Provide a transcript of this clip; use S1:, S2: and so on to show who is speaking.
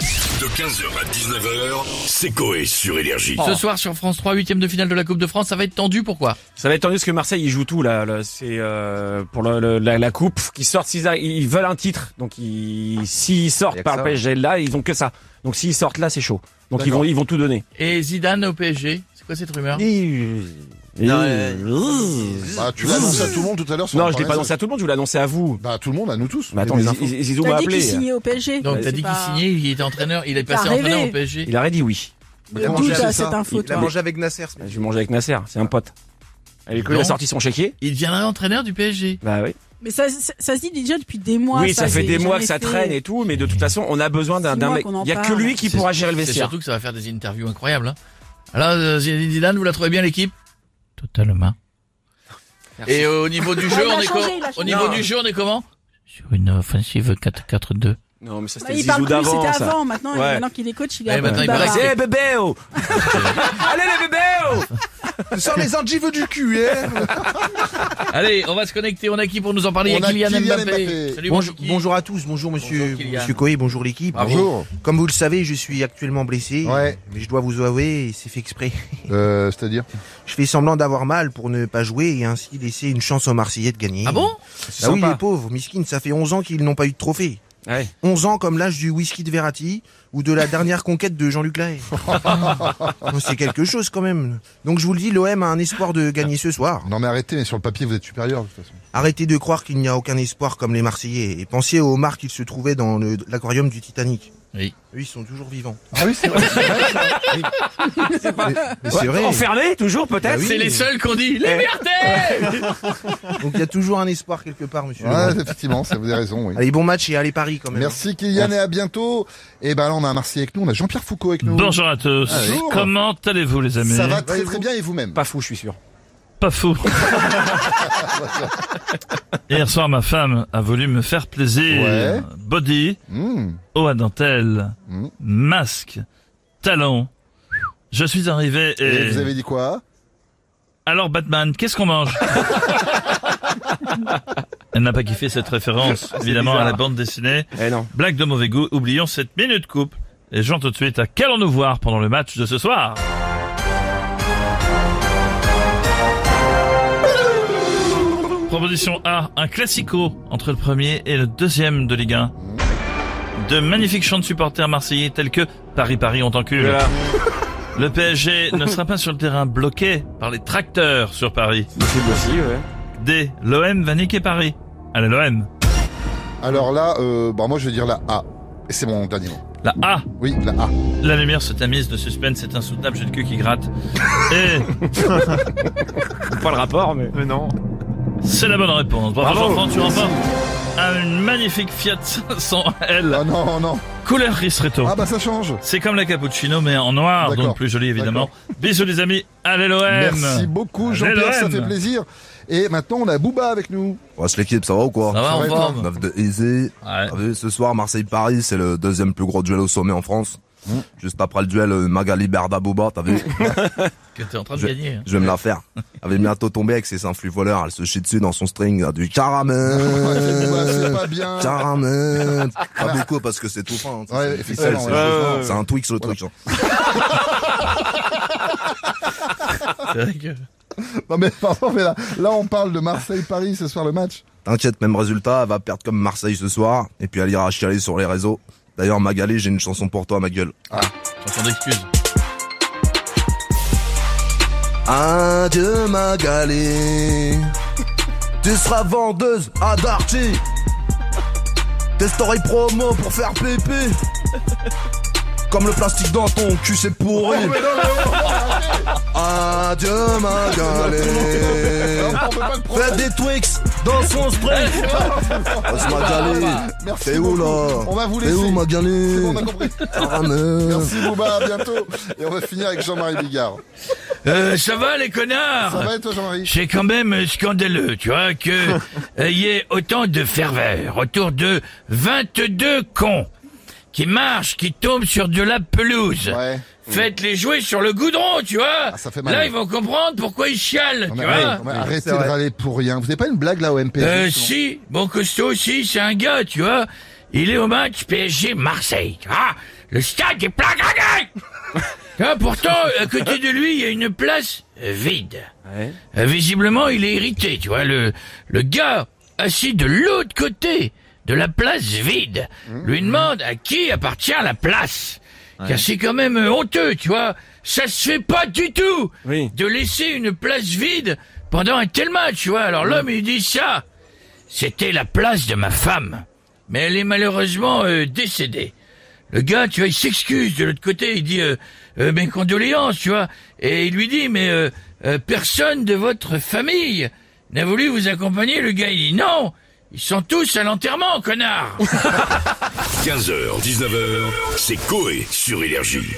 S1: De 15h à 19h, c'est Coé sur Énergie.
S2: Ce soir sur France 3, huitième de finale de la Coupe de France, ça va être tendu, pourquoi
S3: Ça va être tendu parce que Marseille il joue tout là. là. c'est euh, pour le- le- la, la coupe qui sortent. S'ils a- ils veulent un titre, donc ils- s'ils
S4: Y
S3: sortent
S4: a
S3: par
S4: que
S3: le
S4: ça.
S3: PSG là, ils ont que ça. Donc s'ils sortent là, c'est chaud. Donc ils vont ils vont tout donner.
S2: Et Zidane au PSG, c'est quoi cette rumeur
S3: Non,
S4: Euh,
S5: euh,
S6: Bah, tu l'annonces à tout le monde tout à l'heure. sans en
S3: je l'ai pas
S6: parler,
S3: annoncé à tout le monde, je l'ai annoncé à vous.
S6: Bah, à tout le monde, à nous tous.
S3: Mais attends,
S6: Les
S3: ils,
S6: infos.
S3: ils, ils- ils ont
S5: T'as dit
S3: appelé.
S5: qu'il signait au PSG.
S2: Donc
S3: Ouais,
S2: t'as
S5: c'est
S2: dit qu'il
S5: pas-
S2: signait, il était entraîneur, il est
S5: T'as
S2: passé
S5: rêvé.
S2: entraîneur au PSG.
S3: Il aurait dit oui.
S5: Mais
S6: Comment
S5: D'où
S6: tu
S5: t'as
S6: sais
S5: euh, cette
S6: ça
S5: info,
S4: Il a
S5: toi
S4: mangé avec Nasser. ce mec.
S3: Je mangeais avec Nasser, c'est un pote. Et
S2: Donc.
S3: il a sorti son chéquier.
S2: Il deviendrait entraîneur du PSG.
S3: Bah oui.
S5: Mais ça, ça, ça se dit déjà depuis des mois.
S3: oui, ça, fait
S5: j'ai
S3: des mois
S5: jamais
S3: que ça
S5: fait.
S3: traîne et tout, mais de toute façon, on a besoin d'un
S5: Six
S3: d'un
S5: mois
S3: mec.
S5: qu'on en
S3: Il y a que
S5: parle.
S3: lui qui
S2: C'est-
S3: pourra gérer le
S2: C'est
S3: vestiaire.
S2: surtout que ça va faire des interviews incroyables. Hein. Alors euh, Zinedine Zidane, vous la trouvez bien l'équipe Totalement.
S3: Merci.
S2: Et au niveau du
S5: Ah,
S2: jeu,
S5: il a
S2: on est
S5: changé,
S2: com-
S5: il a
S2: Au
S5: changé.
S2: niveau
S3: Non.
S2: du jeu, on est comment Sur une offensive 4-4-2.
S3: Non, mais ça
S5: Bah,
S3: c'était
S5: il
S3: Zizou
S5: parle plus,
S3: d'avant.
S5: c'était
S3: ça.
S5: avant. Maintenant,
S3: Ouais.
S5: maintenant qu'il est coach, il est
S2: Ouais,
S5: un peu
S2: maintenant,
S5: plus
S2: il paraît
S5: bavard.
S2: que c'est-
S3: Eh bébé oh Allez les bébés oh
S4: Sors les orgies veut du cul, hein
S2: Allez, on va se connecter. On a qui pour nous en parler Il y
S6: On
S2: a
S6: a
S2: Kylian,
S6: Kylian
S2: Mbappé.
S6: Mbappé.
S2: Salut,
S4: bonjour,
S2: Kiki.
S4: bonjour à tous, bonjour monsieur,
S2: Bonjour, Kylian.
S4: monsieur Coé, bonjour l'équipe.
S6: Bonjour.
S4: Comme vous le savez, je suis actuellement blessé.
S6: Ouais.
S4: Mais je dois vous avouer, c'est fait exprès.
S6: Euh, c'est-à-dire
S4: Je fais semblant d'avoir mal pour ne pas jouer et ainsi laisser une chance aux Marseillais de gagner.
S2: Ah bon
S4: Ah oui,
S3: Sympa.
S4: les pauvres, miskin, ça fait 11 ans qu'ils n'ont pas eu de trophée.
S2: Ah
S3: Ouais.
S4: 11 ans comme l'âge du whisky de Verratti ou de la dernière conquête de Jean-Luc Lahaye. Non, C'est quelque chose quand même. Donc je vous le dis, l'OM a un espoir de gagner ce soir.
S6: Non, mais arrêtez, mais sur le papier, vous êtes supérieur, de toute façon.
S4: Arrêtez de croire qu'il n'y a aucun espoir comme les Marseillais et pensez aux marques qu'ils se trouvaient dans le- l'aquarium du Titanic.
S2: Oui.
S4: Eux, ils sont toujours vivants.
S6: Ah oui, c'est vrai.
S4: Mais c'est vrai.
S3: Enfermé toujours peut-être
S4: Bah oui.
S2: C'est les seuls qu'on dit liberté.
S4: Donc il y a toujours un espoir quelque part, monsieur.
S6: ouais, effectivement, ça vous avez raison, oui.
S4: Allez, bon match et allez Paris quand même.
S6: Merci Kylian et à bientôt. Et ben là, on a un Marseillais avec nous, on a Jean-Pierre Foucault avec nous.
S7: Bonjour à tous.
S6: Ah oui.
S7: Comment allez-vous les amis
S6: Ça va très
S4: Allez-vous
S6: très bien et vous-même
S3: Pas fou, je suis sûr.
S7: Pas fou. Hier soir, ma femme a voulu me faire plaisir.
S6: Ouais.
S7: Body,
S6: Mmh.
S7: haut à dentelle,
S6: Mm.
S7: masque, talon. Je suis arrivé et...
S6: Et vous avez dit quoi
S7: Alors Batman, qu'est-ce qu'on mange Elle n'a pas kiffé cette référence, évidemment, à la
S3: bizarre.
S7: bande dessinée.
S3: Eh non.
S7: Blague de mauvais goût, oublions cette minute coupe. Et j'en tout de suite à qu'allons-nous voir pendant le match de ce soir Proposition A, un classico entre le premier et le deuxième de Ligue 1. De magnifiques chants de supporters marseillais tels que Paris Paris on t'encule.
S3: Voilà.
S7: Le PSG ne sera pas sur le terrain bloqué par les tracteurs sur Paris.
S3: Possible aussi, ouais.
S7: D, l'OM va niquer Paris. Allez l'OM.
S6: Alors là, euh, bah moi je vais dire la A. Et c'est mon dernier mot.
S7: La A,
S6: Oui, la A.
S7: La lumière se tamise, le suspense est insoutenable, j'ai le cul qui gratte. Et
S3: Pas le rapport, mais.
S7: c'est la bonne réponse. Bravo,
S3: Bravo.
S7: Jean-Franck, tu remportes une magnifique Fiat 500L,
S6: Ah non, non.
S7: couleur ristretto.
S6: Ah bah ça change.
S7: C'est comme la cappuccino, mais en noir,
S6: D'accord.
S7: donc plus jolie évidemment. Bisous les amis, allez l'OM
S6: Merci beaucoup Jean-Pierre, ça
S7: LOM.
S6: fait plaisir. Et maintenant on a Booba avec nous.
S8: Ouais, c'est l'équipe, ça va ou quoi
S7: Ça va, en
S6: Ça va,
S7: forme
S8: Meuf de Easy.
S7: Ouais.
S8: T'as vu, ce soir, Marseille-Paris, c'est le deuxième plus gros duel au sommet en France.
S6: Mmh.
S8: Juste après le duel euh, Magali Berda-Boba, t'as vu
S2: Que t'es en train de
S8: Je-
S2: gagner. hein.
S8: Je vais me la faire. Elle va bientôt tomber avec ses influx voleurs. Elle se chie dessus dans son string. là, Du
S3: Euh,
S6: Booba, c'est
S8: caramel
S6: pas bien.
S8: Caramel Pas beaucoup Ah, parce que c'est tout fin. hein, tu sais,
S6: Ouais,
S8: c'est une
S6: effectivement,
S8: ficelle, c'est
S6: ouais,
S8: tout
S3: ouais,
S8: fin.
S3: ouais.
S8: C'est un Twix le truc. hein.
S7: C'est vrai que-
S6: Non mais pardon, mais là, là on parle de Marseille-Paris ce soir le match.
S8: T'inquiète, même résultat, elle va perdre comme Marseille ce soir, et puis elle ira chialer sur les réseaux. D'ailleurs, Magali, j'ai une chanson pour toi, ma gueule.
S2: Chanson d'excuses.
S8: Adieu, Magali. tu seras vendeuse à Darty. Tes stories promo pour faire pipi. Comme le plastique dans ton cul, c'est pourri.
S6: Oh,
S8: Adieu, Magali.
S6: On peut pas le prendre.
S8: Fais des Twix dans son spray.
S6: Eh,
S8: Vas-y, Magali.
S6: Merci
S8: T'es où,
S6: beaucoup.
S8: là
S6: On va vous
S8: T'es où, Ah,
S6: laisser.
S8: Magali
S6: C'est bon, on a compris.
S8: Ramène.
S6: Merci Booba, à bientôt. Et on va finir avec Jean-Marie Bigard.
S7: Euh, ça va les connards
S6: Ça va et toi Jean-Marie
S7: C'est quand même euh, scandaleux, tu vois, que euh, y ait autant de ferveur autour de 22 cons qui marchent, qui tombent sur de la pelouse.
S6: Ouais.
S7: Faites-les jouer sur le goudron, tu vois.
S6: Ah, ça fait mal.
S7: Là, ils vont comprendre pourquoi ils chialent,
S6: Non,
S7: tu
S6: mais
S7: vois.
S6: arrête- mais arrêtez de râler pour rien. Vous n'avez pas une blague là au MPG
S7: Euh,
S6: justement
S7: si, bon costaud, si, c'est un gars, tu vois. Il est au match PSG Marseille, tu vois.
S2: le stade est plein grindé Tu vois, Pourtant, à côté de lui, il y a une place euh, vide.
S3: Ouais.
S2: Euh, Visiblement, il est irrité, tu vois. Le, le gars, assis de l'autre côté de la place vide, lui demande à qui appartient la place. Car c'est quand même euh, honteux, tu vois. Ça se fait pas du tout
S3: Oui.
S2: de laisser une place vide pendant un tel match, tu vois. Alors l'homme, il dit ça. C'était la place de ma femme. Mais elle est malheureusement euh, décédée. Le gars, tu vois, il s'excuse de l'autre côté, il dit euh, euh, mes condoléances, tu vois. Et il lui dit mais euh, euh, personne de votre famille n'a voulu vous accompagner. Le gars, il dit non, ils sont tous à l'enterrement, connard.
S1: 15h, 19h, c'est Coé sur Énergie.